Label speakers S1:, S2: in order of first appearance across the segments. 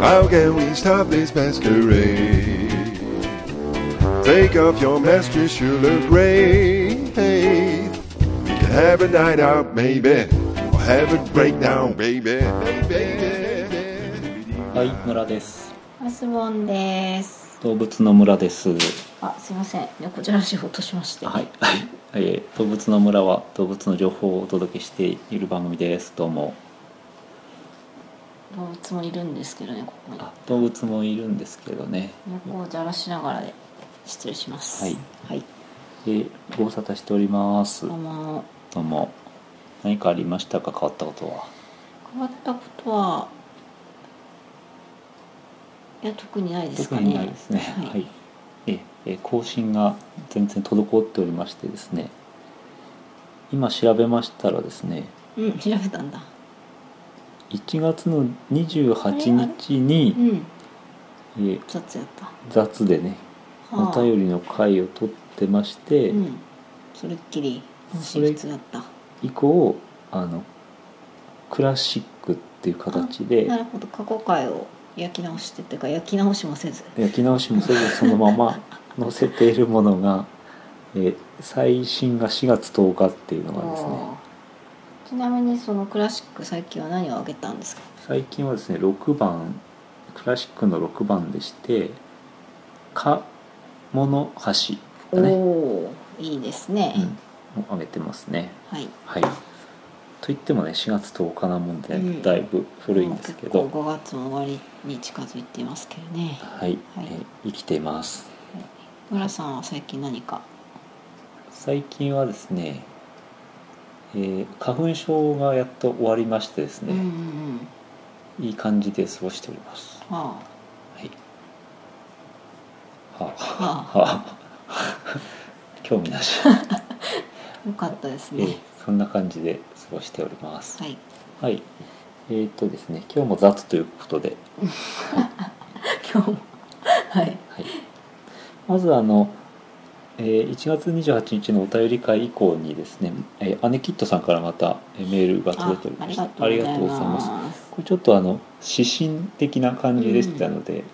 S1: How can we stop this masquerade? Take off your mask, you should look great. We can have a night out, maybe. Or have a breakdown, baby. baby.
S2: はい、村です。
S3: マスボンです。
S2: 動物の村です。
S3: あ、すいません。猫じゃらしを落としまして。
S2: はい、えー動物の村は動物の情報をお届けしている番組です。どうも。
S3: 動物もいるんですけどね、ここに。
S2: あ動物もいるんですけどね。
S3: 猫をじゃらしながらで失礼します。
S2: はい
S3: はい。
S2: えーご無沙汰しております。
S3: あの
S2: どうも。何かありましたか、変わったことは。
S3: 変わったことは、いや特にないです
S2: 特
S3: かね。
S2: にないですね。
S3: はい
S2: はい。えーえー更新が全然滞っておりましてですね。今調べましたらですね。
S3: うん、調べたんだ。
S2: 1月の28日に
S3: う、ん、
S2: えー
S3: 雑やった。
S2: 雑でねお
S3: り。
S2: 便りの回を取ってまして、
S3: うん。それっきり
S2: それ
S3: 私通だった。
S2: 以降あのクラシックっていう形で
S3: なるほど。過去回を焼き直してっていうか焼き直しもせず。
S2: 焼き直しもせずそのまま載せているものが、 えー最新が4月10日っていうのがですね
S3: あーちなみにそのクラシック最近は何をあげたんですか
S2: 最近はですね6番クラシックの6番でして「かもの橋」
S3: お
S2: がね、
S3: おーいいですね、
S2: うん、を上げてますね。
S3: はい
S2: はいといってもね4月10日なもんで、
S3: うん
S2: だいぶ古いんですけど、
S3: もう結構5月も終わりに近づいていますけどね
S2: はい、
S3: は
S2: え
S3: い
S2: ー生きています
S3: 村さんは最近何か
S2: 最近はですね、えー花粉症がやっと終わりましてです
S3: うんうんう
S2: ね、
S3: ん
S2: いい感じで過ごしております
S3: あ
S2: はいは
S3: あ
S2: あ
S3: あ
S2: はあ興味な し、
S3: あよかったです
S2: え
S3: ね、
S2: ーそんな感じで過ごしております
S3: はい
S2: はいえーっとですね今日も雑ということで
S3: 今日も はい
S2: はい、まずあの、えー1月28日のお便り会以降にですね、えー、姉キットさんからまたえーメールが
S3: あ
S2: 届いており
S3: あ
S2: ま
S3: り
S2: し
S3: が
S2: た
S3: とうございます
S2: これちょっとあの指針的な感じでしたので、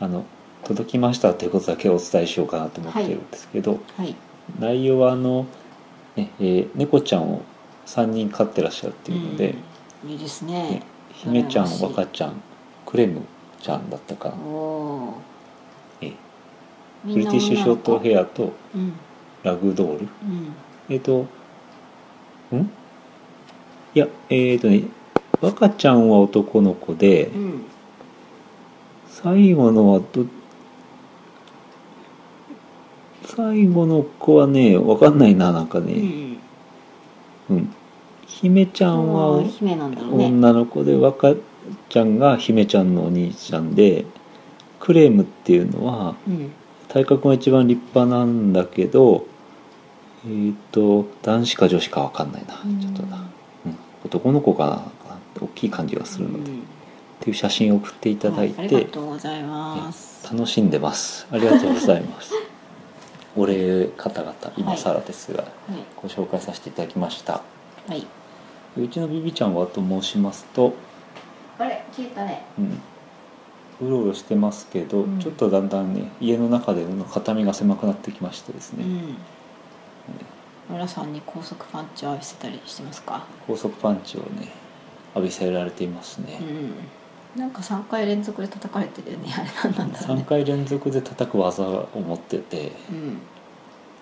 S2: あの届きましたということだけお伝えしようかなと思ってるんですけど、
S3: はい
S2: 内容はあの、ねえー猫ちゃんを3人飼ってらっしゃるっていうので、
S3: うんいいですね
S2: ね姫ちゃん
S3: 羨ましい
S2: 若ちゃんクレムちゃんだったかな
S3: お、お
S2: えー
S3: ー
S2: ブリティッシュショートヘアと
S3: うん
S2: ラグドール
S3: うん
S2: えっ、と、んいや、えっ、とね、若ちゃんは男の子で
S3: う、ん
S2: 最後のはど、最後の子はね、わかんないな、なんか
S3: うんう
S2: ね。
S3: ん
S2: うん。姫ちゃんは
S3: 姫なんだろうね。
S2: 女の子で、若ちゃんが姫ちゃんのお兄ちゃんで、クレームっていうのは、
S3: うん。
S2: 体格が一番立派なんだけど、えっ、と、男子か女子かわかんないな、ちょっとな。うん男の子かななんか大きい感じがするので、
S3: う
S2: っ
S3: ん
S2: ていう写真を送っていただい
S3: はいあり
S2: て
S3: がとうございます。
S2: 楽しんでますありがとうございますお礼方々今更ですが、
S3: はい
S2: ご紹介させていただきました
S3: はい。
S2: うちのビビちゃんはと申しますと、
S3: あれ消えたね。
S2: うん、うろうろしてますけど、
S3: うん
S2: ちょっとだんだんね家の中での肩身が狭くなってきましてです
S3: う
S2: ね、
S3: ん。村さんに高速パンチを浴びせたりしてますか。
S2: 高速パンチをね浴びせられていますね、
S3: うん。なんか三回連続で叩かれてるよね。あれなんなんだろ
S2: 3
S3: うね。
S2: 回連続で叩く技を持ってて、
S3: うん。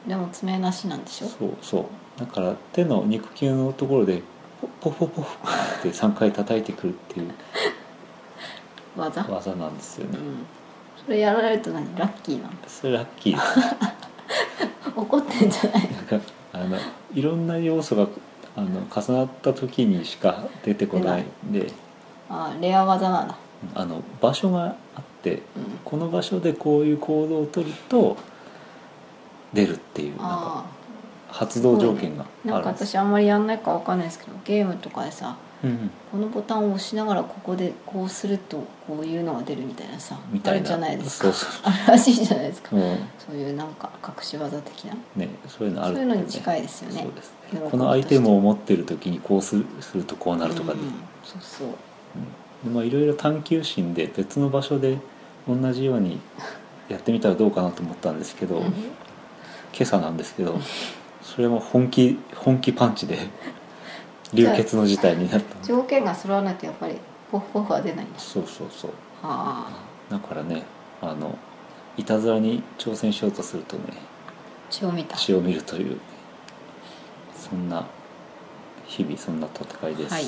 S3: でも爪なしなんでしょ。
S2: そうそうだから手の肉球のところでポッポッポッポッって3回叩いてくるっていう
S3: 技。
S2: 技なんですよ
S3: う
S2: ね
S3: ん。それやられると何ラッキーなの。
S2: それラッキーですね
S3: 怒ってんじゃないの。
S2: なんかあのいろんな要素があの重なった時にしか出てこないんで
S3: あーレア技なんだ。
S2: あの場所があって
S3: うん。
S2: この場所でこういう行動をとると出るっていうなんか
S3: ああ。
S2: 発動条件が
S3: なんか
S2: あるんです
S3: 私あんまりやんないからわかんないですけどゲームとかでさ
S2: うんうん
S3: このボタンを押しながらここでこうするとこういうのが出るみたいなさ
S2: みたいな
S3: あるじゃないです
S2: そ
S3: か
S2: うそう
S3: あるらしいじゃないですか
S2: も
S3: そういうなんか隠し技的な
S2: うねそういうのあ
S3: そ
S2: る
S3: ういうのに近いですよね
S2: そうです
S3: 喜びとして
S2: このアイテムを持ってる時にこうするするとこうなるとか
S3: う
S2: で
S3: んそうそう、
S2: うんでまあいろいろ探求心で別の場所で同じようにやってみたらどうかなと思ったんですけど、
S3: うん
S2: 今朝なんですけどそれも本気本気パン チで流血の事態になった
S3: 条件が揃わないとやっぱりポフポフは出ないんです
S2: そうそうそう
S3: はあ
S2: だからねあのいたずらに挑戦しようとするとね
S3: 血を見た
S2: 血を見るというそんな日々そんな戦いです、
S3: はい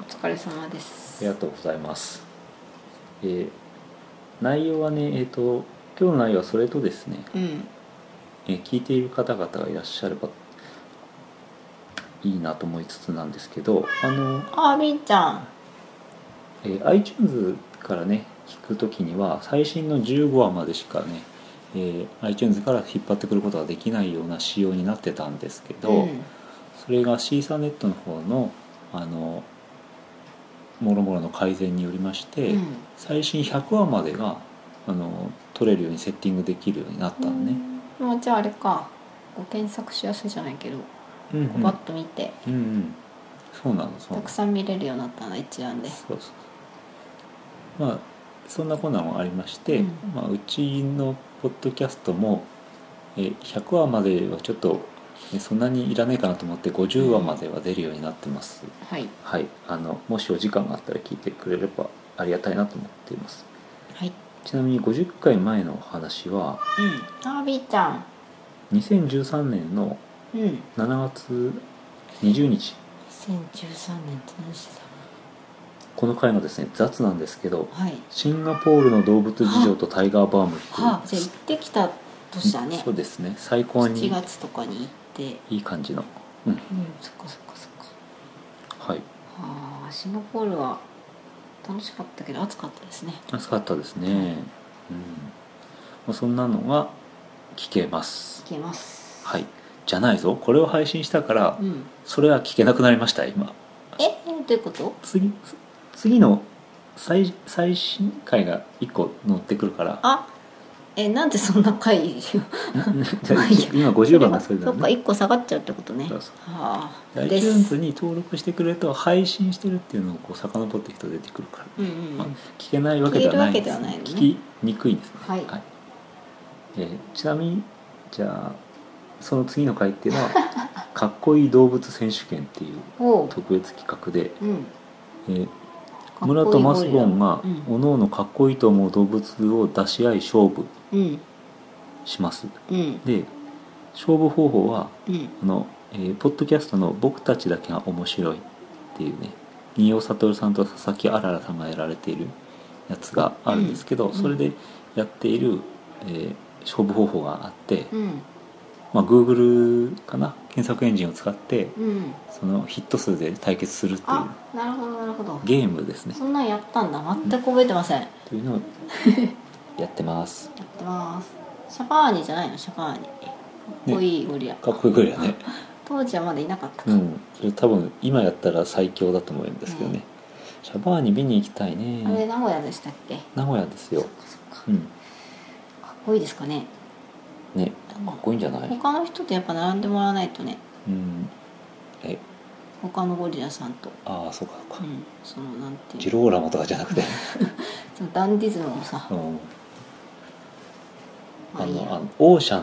S3: お疲れ様です
S2: ありがとうございます。えー内容はね、えっ、と、今日の内容はそれとですね、
S3: うん
S2: えー聞いている方々がいらっしゃればいいなと思いつつなんですけど、あの、
S3: ああみーちゃん
S2: えー iTunes からね、聞くときには、最新の15話までしかね、えー iTunes から引っ張ってくることができないような仕様になってたんですけど、
S3: ん
S2: それがシーサーネットの方の、あの、もろもろの改善によりまして、
S3: うん
S2: 最新100話までがあの取れるようにセッティングできるようになったのね、
S3: うんもうじゃああれかこう検索しやすいじゃないけど
S2: うんうん、
S3: パッと見て、
S2: うんうんそうなのそう
S3: た
S2: なの
S3: くさん見れるようになったな一覧で
S2: そうそうまあそんなこんなもありまして、
S3: うん
S2: まあ、うちのポッドキャストもえ100話まではちょっとねそんなにいらないかなと思って50話までは出るようになってます、
S3: はい
S2: はいあのもしお時間があったら聞いてくれればありがたいなと思っています
S3: はい
S2: ちなみに50回前のお話は
S3: うんあーみーちゃん
S2: 2013年の
S3: うん
S2: 7月20日
S3: 2013年って何して
S2: この回のですね雑なんですけど
S3: たのはい
S2: シンガポールの動物事情とタイガーバームっていう、
S3: はあじゃあ行ってきた年だね
S2: そうですね最高に
S3: 7月とかに行って
S2: いい感じの、うん、
S3: うんそっかそっかそっか
S2: はい
S3: はあシンガポールは楽しかったけど暑かったですね
S2: 暑かったですね、うんまあ、そんなのが聞けます
S3: 行けます
S2: はいじゃないぞこれを配信したから
S3: うん
S2: それは聞けなくなりました今
S3: えどういうこと
S2: 次次の最最新回が1個載ってくるから
S3: あえなんでそんな回をまあいいや
S2: 今50番がそれだ
S3: そっ
S2: ね
S3: か一個下がっちゃうってことね
S2: そうそう
S3: はあです
S2: iTunes に登録してくれると配信してるっていうのをこう遡っていくと出てくるから、
S3: うんうんう
S2: まあ
S3: ん、
S2: 聞けないわけではないんです
S3: 聞けるわけではないのね
S2: 聞きにくいんですね
S3: はい
S2: えーちなみにじゃあその次の回っていう のは「かっこいい動物選手権」っていう
S3: おう
S2: 特別企画で、
S3: うん
S2: えー村とマスボンが
S3: うん
S2: おのおのかっこいいと思う動物を出し合い勝負
S3: うん
S2: します
S3: うん
S2: で勝負方法は
S3: うん
S2: あの、えーポッドキャストの「僕たちだけが面白い」っていうね新尾悟さんと佐々木あららさんがやられているやつがあるんですけど、
S3: うん
S2: それでやっている、えー勝負方法があって、
S3: うん
S2: まあ、Google かな検索エンジンを使って
S3: うん
S2: そのヒット数で対決するっていう
S3: あなるほどなるほど
S2: ゲームですね
S3: そんなんやったんだ全く覚えてませんや
S2: というのを やってます
S3: ってますシャバーニじゃないのシャバーニかっこいいゴリラ、
S2: かっこいいぐらいだね
S3: 当時はまだいなかったか、
S2: うんそれ多分今やったら最強だと思うんですけどね、
S3: うん
S2: シャバーニ見に行きたい
S3: あれ
S2: ね
S3: 名古屋でしたっけ
S2: 名古屋ですよ
S3: そっかそっか
S2: うん
S3: かっこいいですかね
S2: ねかっこいいんじゃない
S3: 他の人とやっぱ並んでもらわないとね
S2: うんえ
S3: 他のゴリラさんと
S2: ああそうかそう
S3: う
S2: か、
S3: んそのなんてい
S2: ジ
S3: う
S2: ローラモとかじゃな くて、
S3: そのダンディズムもさ
S2: うん、
S3: ま
S2: あ
S3: あいい
S2: のあ
S3: や
S2: のオーシャン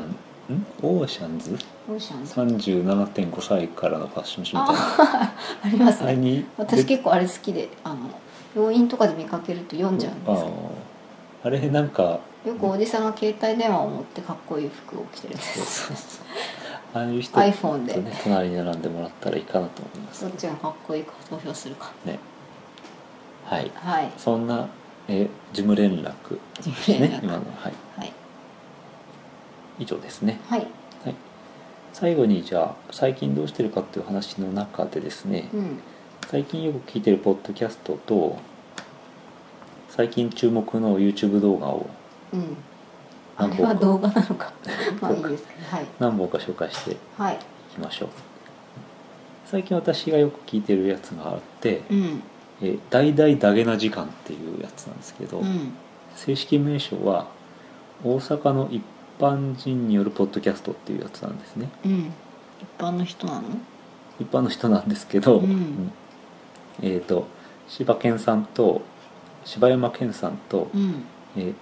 S2: んオーシャンズ
S3: どうしたんですか
S2: 37.5歳からのファッション誌みたいな
S3: あ あります
S2: あれ
S3: ね
S2: に
S3: 私
S2: で
S3: 結構あれ好きであの病院とかで見かけると読んじゃうん
S2: あ
S3: です
S2: ーあれなんか
S3: よくおじさんが携帯電話を持ってかっこいい服を着てるんで
S2: そう
S3: す
S2: そうそうああいう人
S3: iPhone で
S2: とね隣に並んでもらったらいいかなと思います
S3: どっちがかっこいいか投票するか
S2: ねはい
S3: はい
S2: そんなえ事務連絡
S3: 事務連
S2: ね
S3: 絡
S2: 今のはい
S3: はい
S2: 以上ですね
S3: はい
S2: はい最後にじゃあ最近どうしてるかっていう話の中でですね
S3: うん
S2: 最近よく聞いてるポッドキャストと最近注目の YouTube 動画を
S3: うんあ
S2: 何
S3: れは
S2: 本か
S3: 動画なのか まあいいですねはい
S2: 何本か紹介してい
S3: はい
S2: きましょう最近私がよく聞いてるやつがあって
S3: うん
S2: 「えー大々ダゲな時間」っていうやつなんですけど、
S3: うん
S2: 正式名称は大阪の一般人によるポッドキャストっていうやつなんですね
S3: うん一般の人なの
S2: 一般の人なんですけど、
S3: うん
S2: えっ、と柴犬さんと柴山健さんと、
S3: うん
S2: えー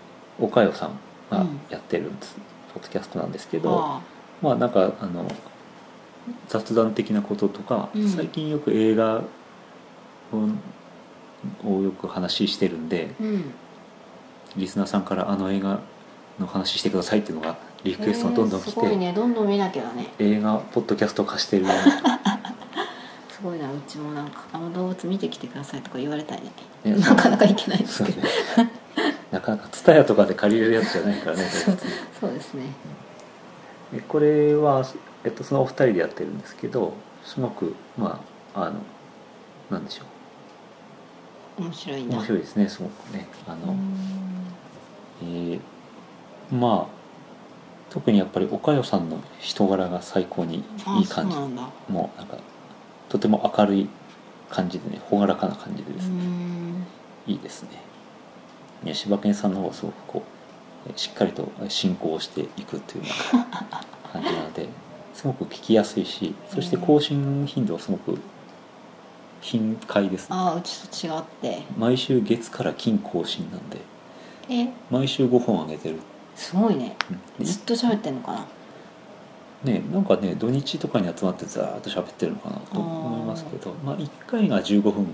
S2: 岡代さん
S3: う
S2: が
S3: ん
S2: やってるんです、ポッドキャストなんですけど、
S3: あ
S2: まあなんかあの雑談的なこととか、
S3: うん
S2: 最近よく映画ををよく話してるんで
S3: あうん
S2: リスナーさんからあの映画の話してくださいっていうのがリクエストがどんどん来
S3: えーす
S2: て、
S3: ごいねどんどん見なきゃだね
S2: 映画ポッドキャスト化してる
S3: すごいなうちもなんかあの動物見てきてくださいとか言われたいね
S2: ね
S3: なかなかいけないです
S2: そう
S3: け
S2: ね
S3: ど
S2: なかなか TSUTAYA とかで借りれるやつじゃないからね
S3: そうそうですね
S2: でこれは、えっと、そのお二人でやってるんですけどすごくまああのなんでしょ
S3: 面白いうな
S2: 面白いですねすごくねあ
S3: う
S2: の、
S3: ん
S2: えーまあ特にやっぱり岡代さんの人柄が最高に
S3: あ
S2: いい感じ
S3: そうなんだ
S2: もうなんかとても明るい感じでね朗らかな感じで
S3: う
S2: ですね、
S3: ん
S2: いいですねね柴犬さんの方はすごくこうえしっかりと進行していくというような感じなのですご く聞きやすいしそして更新頻度はすごく頻回ですね
S3: ああうちと違って
S2: 毎週月から金更新なんで
S3: え
S2: 毎週5本上げてる、
S3: すごいね
S2: うん
S3: ずっと喋ってんのかな
S2: ねなんかね土日とかに集まってずーっと喋ってるのかなと思いますけどまあ1回が15分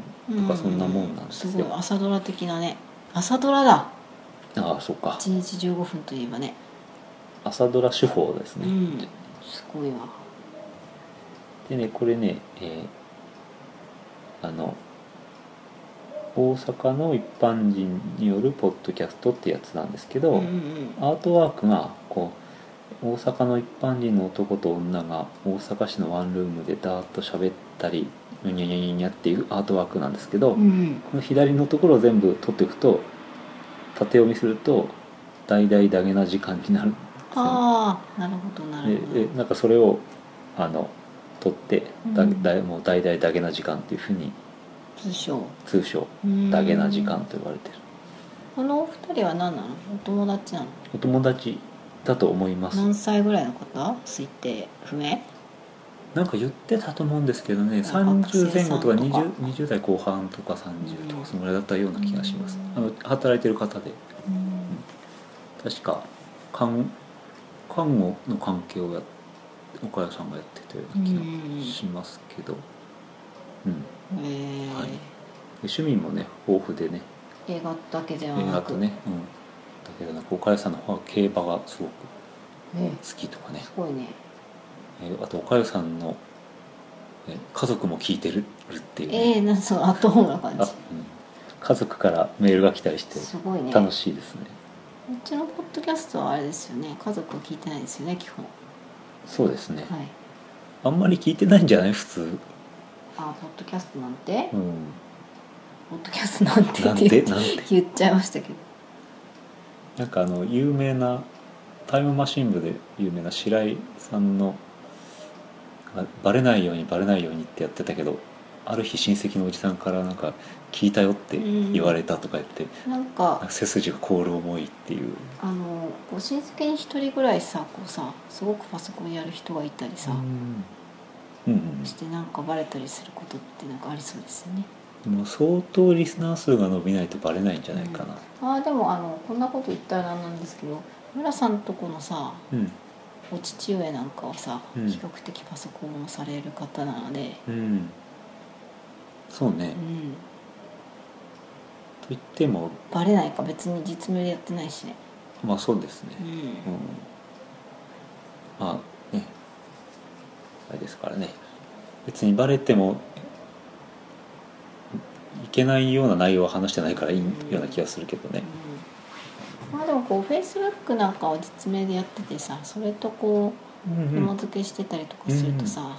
S2: とかそんなもんなんですよ
S3: すごい朝ドラ的なね朝ドラだ
S2: ああそうか
S3: 1日15分といえばね
S2: 朝ドラ手法です
S3: う
S2: ね、
S3: んすごいわ
S2: でねこれね、えーあの大阪の一般人によるポッドキャストってやつなんですけど、
S3: うんうん
S2: アートワークがこう大阪の一般人の男と女が大阪市のワンルームでダーッと喋ったりニャニャニャニャっていうアートワークなんですけど、
S3: うんうん
S2: この左のところを全部取っていくと縦読みすると大々だげな時間になるんですよね
S3: ああなるほどなるほ
S2: で
S3: ど
S2: でなんかそれをあの取ってだ,、
S3: うん
S2: だもう大々だげな時間っていうふうに
S3: 通称
S2: 通称
S3: うん
S2: だげな時間と言われてる、
S3: このお二人は何なのお友達なの
S2: お友達だと思います
S3: 何歳ぐらいの方推定不明
S2: なんか言ってたと思うんですけどね
S3: なんか学
S2: 30
S3: 生
S2: 前
S3: さ
S2: 後
S3: ん
S2: と
S3: と
S2: か
S3: か
S2: 20, 20代後半とか30と
S3: う
S2: か
S3: ん
S2: そのぐらいだったような気がします、
S3: うん
S2: あの働いてる方で確か看看護の関係をや岡谷さんがやってたような気がしますけど、うん、
S3: えー
S2: はい趣味もね豊富でね
S3: 映画だけでは
S2: 映画
S3: な
S2: と
S3: く
S2: ね、うん、だけどなんか岡谷さんの方は競馬がすごく
S3: ね
S2: 好きとかね
S3: す、ごいね
S2: えーあと岡谷さんの、えー家族も聞いてるっていうね、
S3: えー、なんかそのアットホームな感
S2: あ、うん
S3: じ、
S2: 家族からメールが来たりして
S3: すごいね
S2: 楽しいですね
S3: うちのポッドキャストはあれですよね家族は聞いてないですよね基本は
S2: そうですね、
S3: い
S2: あんまり聞いてないんじゃない普通、
S3: あポッドキャストなんて
S2: うん、
S3: ポッドキャストなんて
S2: なん
S3: って
S2: て
S3: 言っ
S2: なんて
S3: て言っちゃいましたけど
S2: なんかあの有名なタイムマシン部で有名な白井さんのあバレないようにバレないようにってやってたけどある日親戚のおじさんからなんか聞いたよって言われたとか言って、
S3: なんか
S2: 背筋が凍る思いっていう
S3: あのご親戚に一人ぐらいさこうさすごくパソコンやる人がいたりさ、
S2: うんうん
S3: してなんかバレたりすることってなんかありそうですよね
S2: うん、もう相当リスナー数が伸びないとバレないんじゃないかな、
S3: あーでもあのこんなこと言ったらなんなんですけど村さんとこのさ
S2: うん
S3: お父上なんかはさ、
S2: うん
S3: 比較的パソコンをされる方なので
S2: うん、そうね、
S3: うん
S2: と言っても
S3: バレないか別に実名でやってないしね
S2: まあそうですね
S3: う、ん
S2: うんまあねあれですからね別にバレてもいけないような内容は話してないからいいような気がするけどね、
S3: うんまあでもこうフェイスブックなんかは実名でやっててさそれとこ
S2: う
S3: うん
S2: うん
S3: 紐付けしてたりとかするとさ、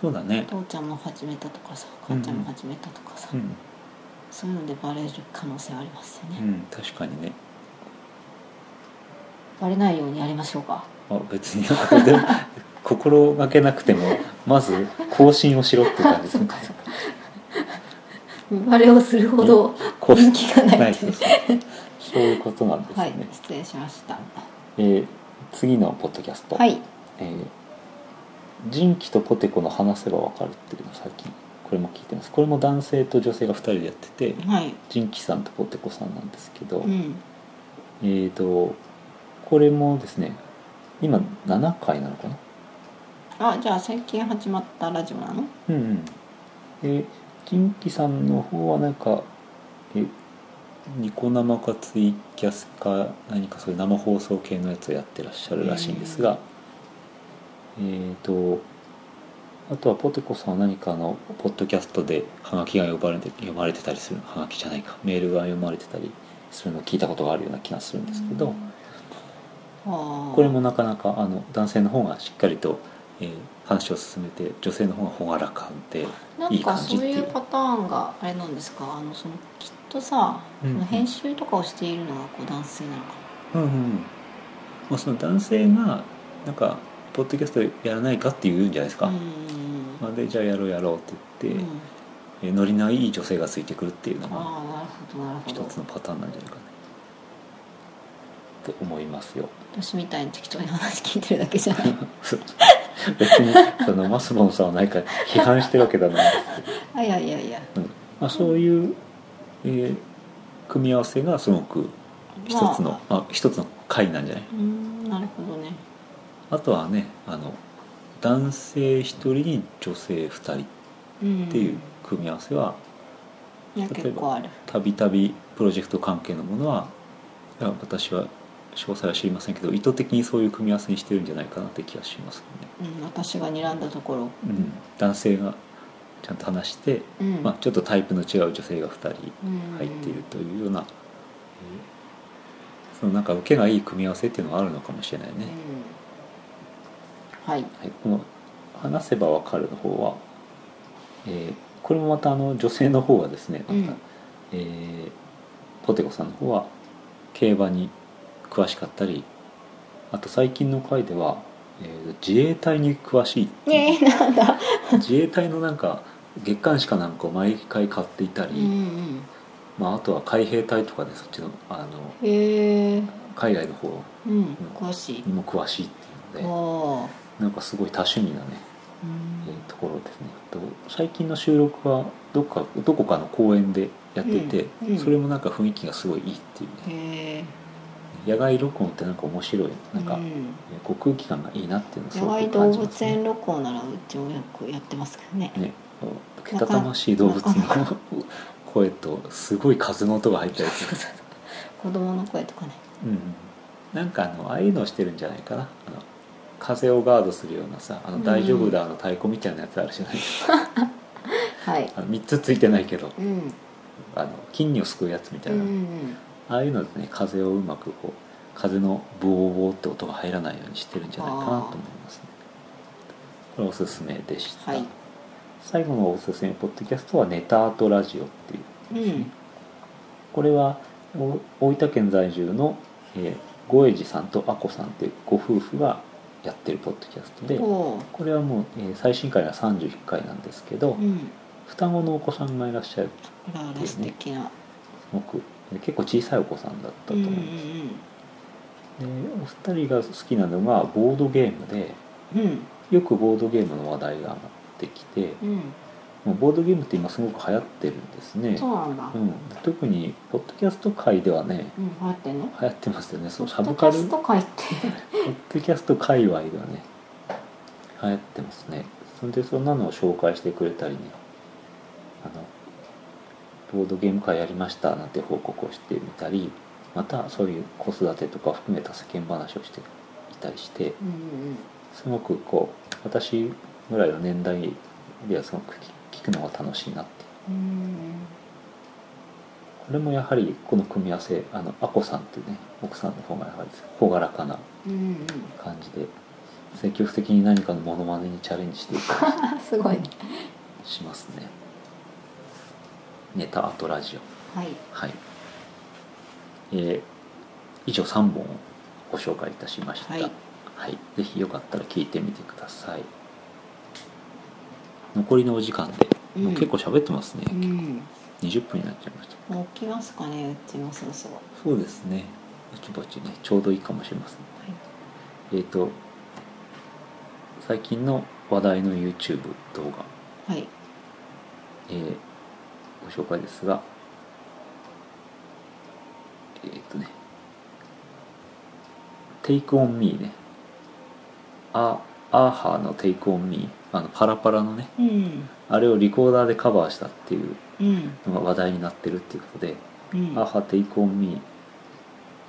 S2: そうだね、
S3: 父ちゃんも始めたとかさ母ちゃんも始めたとかさ、
S2: うん
S3: そういうのでバレる可能性はありますよね、
S2: うん、確かにね
S3: バレないようにやりましょうか
S2: まあ、別になんかでも 心がけなくてもまず更新をしろって感じです ね
S3: バレをするほど
S2: 更新
S3: 人気がないって
S2: そうそういうことなんですね、
S3: はい失礼しました
S2: えー次のポッドキャスト、
S3: はい
S2: えー「人気とポテコの話せばわかる」っていうのを最近ここれも聞いてますこれも男性と女性が2人でやってて
S3: はい
S2: ジンキさんとポテコさんなんですけど、
S3: うん
S2: えー、とこれもですね今7回なのかな
S3: あじゃあ最近始まったラジオなの
S2: うんうんでジンキさんの方はなんかえニコ生かツイキャスか何かそういう生放送系のやつをやってらっしゃるらしいんですが、えっ、とあとはポテコさんは何かのポッドキャストでハガキが呼ばれて読まれてたりするハガキじゃないかメールが読まれてたりするのを聞いたことがあるような気がするんですけど、
S3: あー
S2: これもなかなかあの男性の方がしっかりと、えー話を進めて女性の方が朗らかで
S3: ないん
S2: い
S3: か
S2: 感じ
S3: そ
S2: っ
S3: う
S2: ていう
S3: いうパターンがあれなんですかあのそのきっとさ、
S2: うんうん
S3: その編集とかをしているのがこう男性なのか
S2: うんうんうんまあ、その男性がなんかポッドキャストやらないかって言うんじゃないですか、
S3: なうん
S2: まあ、でじゃあやろうやろうって言
S3: う
S2: って、
S3: ん
S2: えーノリのいい女性がついてくるっていうのが
S3: ああなるほどなるほ
S2: 一
S3: ど
S2: つのパターンなんじゃないかねって思います よ
S3: 私みたいに適当に話聞いてるだけじゃない
S2: そう別にそのマスボンさんは何か批判してるわけではないんですけど
S3: あいやいやいや
S2: まあ、そういう、えー組み合わせがすごく一つの、
S3: まあ
S2: まあ、一つの回なんじゃないう
S3: ーんなるほどね
S2: あとはねあの男性一人に女性二人っ
S3: うん
S2: ていう組み合わせは
S3: や結構ある
S2: たびたびプロジェクト関係のものはいや私は詳細は知りませんけど意図的にそういう組み合わせにしてるんじゃないかなって気がしますね、
S3: うん私が睨んだところ
S2: うん、男性がちゃんと話して、
S3: うん
S2: まあ、ちょっとタイプの違う女性が二人
S3: うん
S2: 入っているというような、そのなんか受けがいい組み合わせっていうのがあるのかもしれないね、
S3: うんはい
S2: はい、この「話せばわかる」の方は、えーこれもまたあの女性の方はですね、また
S3: うん
S2: えーポテコさんの方は競馬に詳しかったりあと最近の回では、えー自衛隊に詳しいっていう
S3: ねえなんだ
S2: 自衛隊のなんか月刊誌かなんかを毎回買っていたり、
S3: うんうん
S2: まあ、あとは海兵隊とかでそっちのあの
S3: へえ
S2: 海外の方
S3: うん詳しい
S2: にも詳しいっていうので
S3: おー
S2: なんかすごい多趣味なね、
S3: う
S2: え
S3: ん
S2: ーところですねあと最近の収録はどっかどこかの公園でやっていて、
S3: うんうん
S2: それもなんか雰囲気がすごいいいっていうね
S3: へえ
S2: 野外録音ってなんか面白いなんか、
S3: う
S2: えー
S3: ん
S2: こう空気感がいいなっていうのをす
S3: 野
S2: ご
S3: 外
S2: く
S3: 動
S2: 感じま
S3: 物
S2: すね
S3: 園録音ならうちもよくやってますけどね
S2: ねこうけたたましい動物
S3: なか
S2: の声とすごい風の音が入ったりする、
S3: 子供の声とかね
S2: うんうん、なんかあのああいうのをしてるんじゃないかなあの風をガードするようなさ「あ
S3: う
S2: の
S3: ん
S2: 大丈夫だ」の太鼓みたいなやつあるじゃないですか
S3: はい
S2: あの3つついてないけど
S3: うん
S2: あの金魚すくうやつみた
S3: う
S2: いな、
S3: ん
S2: ああいうのでね風をうまくこう風のボーボーって音が入らないようにしてるんじゃないかなと思いますねこれおすすめでした、
S3: はい
S2: 最後のおすすめポッドキャストは「ネタアートラジオ」っていう
S3: うん
S2: これはお大分県在住の、えー、ゴエジさんとアコさんっていうご夫婦がやってるポッドキャストで
S3: おー
S2: これはもう、えー最新回が31回なんですけど、
S3: うん
S2: 双子のお子さんがいらっしゃる
S3: あらあら素敵な
S2: すごく結構小さいお子さんだったと
S3: うん
S2: 思
S3: う
S2: うん
S3: ん
S2: です、でお二人が好きなのがボードゲームで
S3: うん
S2: よくボードゲームの話題が上がってきて
S3: うん
S2: もうボードゲームって今すごく流行ってるんですね
S3: そうなんだ
S2: うん、特にポッドキャスト界ではね
S3: うん流行ってんの
S2: 流行ってますよねそ
S3: ポ
S2: うサ
S3: ッ
S2: ブ
S3: ドキ
S2: カ
S3: ャ
S2: ル
S3: ス
S2: ポッ
S3: ト会って
S2: ドキャスト界隈ではね流行ってますねそんでそんなのを紹介してくれたりねあのボードゲーム会やりましたなんて報告をしてみたりまたそういう子育てとかを含めた世間話をしていたりして
S3: うんうん
S2: すごくこう私ぐらいの年代ではすごく聞聞くのが楽しいなって
S3: うん
S2: これもやはりこの組み合わせあのアコさんっていうね奥さんの方がやはり朗らかな
S3: うんうん
S2: 感じで積極的に何かのモノマネにチャレンジしていたり
S3: あすごいね
S2: しますねネタアートラジオ
S3: はい
S2: はいえー以上3本をご紹介いたしました、
S3: はい
S2: はい、ぜひよかったら聞いてみてください残りのお時間で、
S3: うん
S2: もう結構喋ってますね、
S3: うん
S2: 20分になっちゃいました
S3: もう起きますかねうちもそろそろは
S2: そうですねぼちぼちねちょうどいいかもしれませんえっ、と最近の話題の YouTube 動画
S3: いはい
S2: えーご紹介ですがえーっとね「Take on Me ね」あアーハーの「Take on Me」あのパラパラのね
S3: うん
S2: あれをリコーダーでカバーしたっていう
S3: うん
S2: のが話題になってるっていうことで
S3: うん
S2: アハテイコンミー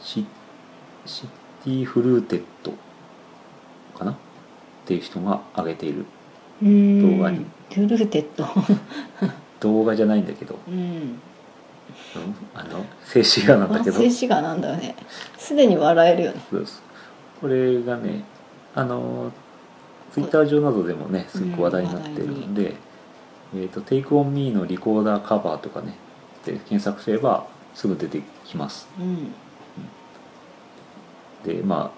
S2: シシティフルーテッドかなっていう人が上げている
S3: うん
S2: 動画に
S3: ルルーテッド
S2: 動画じゃないんだけど、
S3: う
S2: う
S3: ん
S2: んあの静止画なんだ
S3: 反
S2: けど
S3: 省しがなんだよねすでに笑えるよね
S2: そうですこれがねあのツイッター上などでもねすごく話題になってるんで「えー、とテイクオンミーのリコーダーカバーとかねで検索すればすぐ出てきます
S3: うん
S2: でま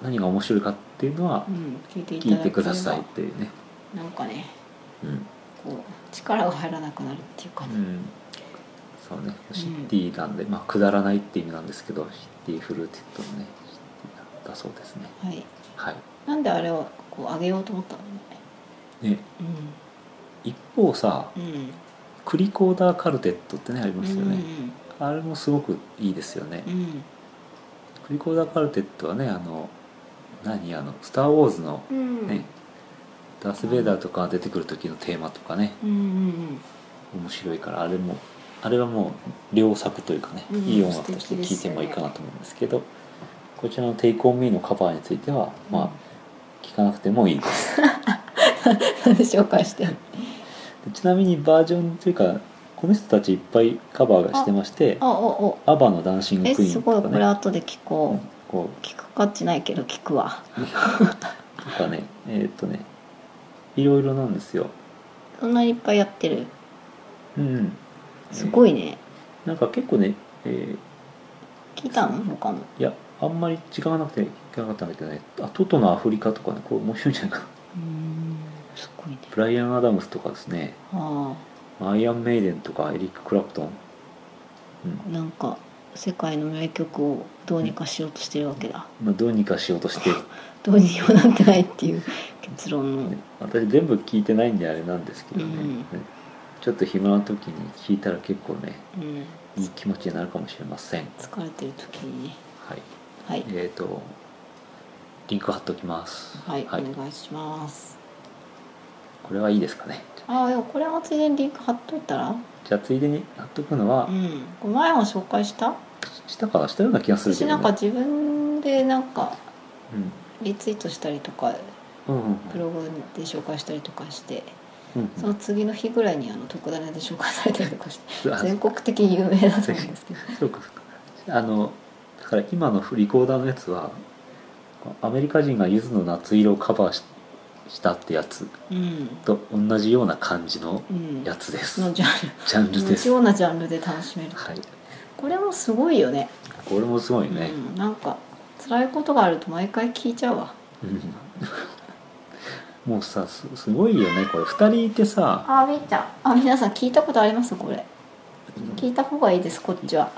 S2: あ何が面白いかっていうのは
S3: うん聞いていた
S2: 聞
S3: だ
S2: いてくださいって
S3: け
S2: いうね、
S3: ればなんかね
S2: うん
S3: こう力が入らなくなるっていうか
S2: う
S3: ね
S2: ん、そうねシティなんで、まあくだらないって意味なんですけどシティフルーティッドのねシティだそうですね
S3: はい
S2: はい
S3: なんであれをこう上げようと思ったのね
S2: ね一方さ
S3: うんうん
S2: クリコーダーカルテットってねありますよね、
S3: うん
S2: あれもすごくいいですよね、
S3: うん
S2: クリコーダーカルテットはねあの何あの「スター・ウォーズ」の
S3: うんうん
S2: ね、ダース・ベイダーとかが出てくる時のテーマとかね
S3: うんうん
S2: 面白いからあれもあれはもう良作というかね、
S3: うん
S2: いい音楽として聴いてもいいかなと思うんですけどこちらの「Take on Me」のカバーについてはまあ聴かなくてもいいです
S3: なんで紹介して
S2: でちなみにバージョンというかこの人たちいっぱいカバーがしてまして
S3: あおお
S2: 「アバのダンシング・
S3: え
S2: クイー
S3: す
S2: ン」
S3: ごい
S2: と
S3: こ
S2: か
S3: れ
S2: ね
S3: 後で聞こう
S2: こ
S3: 聞く価値ないけど聞くわ
S2: うとかねえーっとねいろいろなんですよ
S3: そんなにいっぱいやってる
S2: うん
S3: すごいね
S2: なんか結構ね、えー
S3: 聞いたの他の
S2: いやあんまり時間がなくて聞かなかったんだけどねあトトのアフリカとかねこれ面白いんじゃないかな
S3: うんすごいね
S2: ブライアン・アダムスとかですね
S3: あ
S2: アイアン・メイデンとかエリック・クラプトン、うん
S3: あなんか世界の名曲をどうにかしようとしてるわけだ
S2: まあ、どうにかしようとしてる、
S3: どうにもなってないっていう結論の
S2: ね、私全部聞いてないんであれなんですけどね、
S3: うん
S2: ねちょっと暇な時に聞いたら結構ね
S3: うん
S2: いい気持ちになるかもしれません
S3: 疲れてる時にね
S2: はい
S3: はい
S2: えっ、とリンク貼っときます
S3: はい、お願いします
S2: これはいいですかね
S3: ああでもこれもついでにリンク貼っといたら
S2: じゃあついでに貼っとくのは
S3: う、んこれ前も紹介した
S2: したかなしたような気がするけ
S3: 私
S2: ど、ね、
S3: なんか自分でなんか
S2: うん
S3: リツイートしたりとか
S2: うんうん
S3: ブログで紹介したりとかして
S2: うん
S3: その次の日ぐらいにあの特ダネで紹介されたりとかして
S2: うんあ
S3: 全国的に有名だと思うんですけど
S2: そうかそうかあのだから今のリコーダーのやつはアメリカ人がゆずの夏色をカバーししたってやつ
S3: うん
S2: と同じような感じの
S3: うん
S2: やつです、
S3: のジャン
S2: ジャンル
S3: ル
S2: で
S3: 同じ
S2: す
S3: よ
S2: は
S3: うなジャンルで楽しめる
S2: い
S3: これもすごいよね
S2: これもすごいね、
S3: うん、なんか辛いことがあると毎回聞いちゃうわ
S2: うん もうさすすごいよねこれ2人いてさ、
S3: あみーちゃんあ皆さん聞いたことありますこれ
S2: うん
S3: 聞いた方がいいですこっちは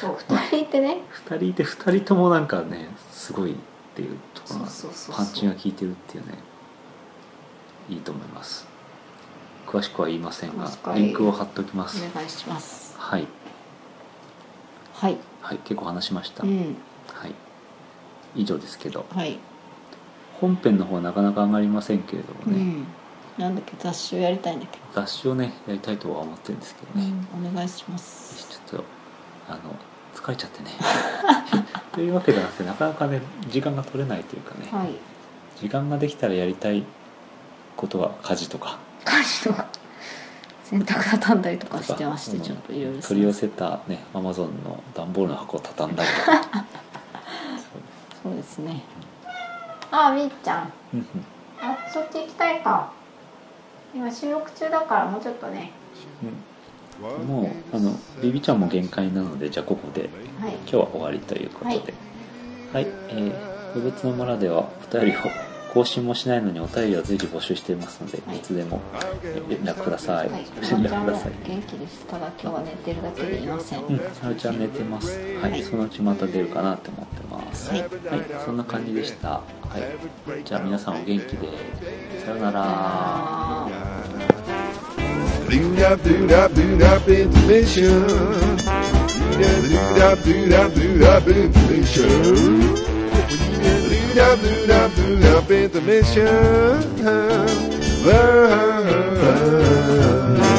S3: そう2人いてね
S2: 2人いて2人ともなんかねすごいっていうところ
S3: そ
S2: が
S3: うそうそう
S2: パンチ
S3: そう
S2: が効いてるっていうねいいと思います詳しくは言いませんが
S3: 詳しくは言う
S2: リンクを貼っときます
S3: お願いします
S2: はい、
S3: はい
S2: はい、結構話しました、
S3: うん
S2: はい以上ですけど
S3: はい
S2: 本編の方はなかなか上がりませんけれど
S3: う
S2: もね、
S3: んなんだっけ雑誌をやりたいんだっけ
S2: 雑誌をねやりたいとは思ってるんですけどね、
S3: お願いします
S2: ちょっとあの疲れちゃってね というわけではなくてなかなかね時間が取れないというかね、
S3: はい
S2: 時間ができたらやりたいことは家事とか
S3: 家事とか洗濯畳んだりとかしてまして
S2: とか
S3: ちょっといろいろ
S2: 取り寄せたねアマゾンの段ボールの箱を畳んだりとかそ
S3: そうですねあみーちゃん
S2: ううん
S3: あそっち行きたいか今収録中だからもうちょっとね
S2: うんもうあのビビちゃんも限界なのでじゃあここで
S3: はい
S2: 今日は終わりということではい、えー動物の村」ではお便りを更新もしないのにお便りは随時募集していますので、
S3: はい
S2: い、つでも連絡ください
S3: はい、
S2: 連
S3: まーちゃ
S2: 絡
S3: ん
S2: ください
S3: も元気ですただ今日は寝てるだけでいません、
S2: うん、はるちゃん寝てます。はい、
S1: はい
S2: そのうちまた出るかなって思ってます。
S1: はい
S2: はい、そんな感じでした。はい、じ
S1: じゃ
S2: ゃあ
S1: あ皆
S2: 皆さ
S1: さ
S2: ん
S1: ん
S2: お
S1: お
S2: 元
S1: 元
S2: 気
S1: 気
S2: で
S1: で。
S2: さよなら。
S3: あー
S1: Yeah. Do dop do dop do dop intermission. Do dop do dop do dop intermission. Do dop do dop do dop intermission. Ah, ah, ah, ah.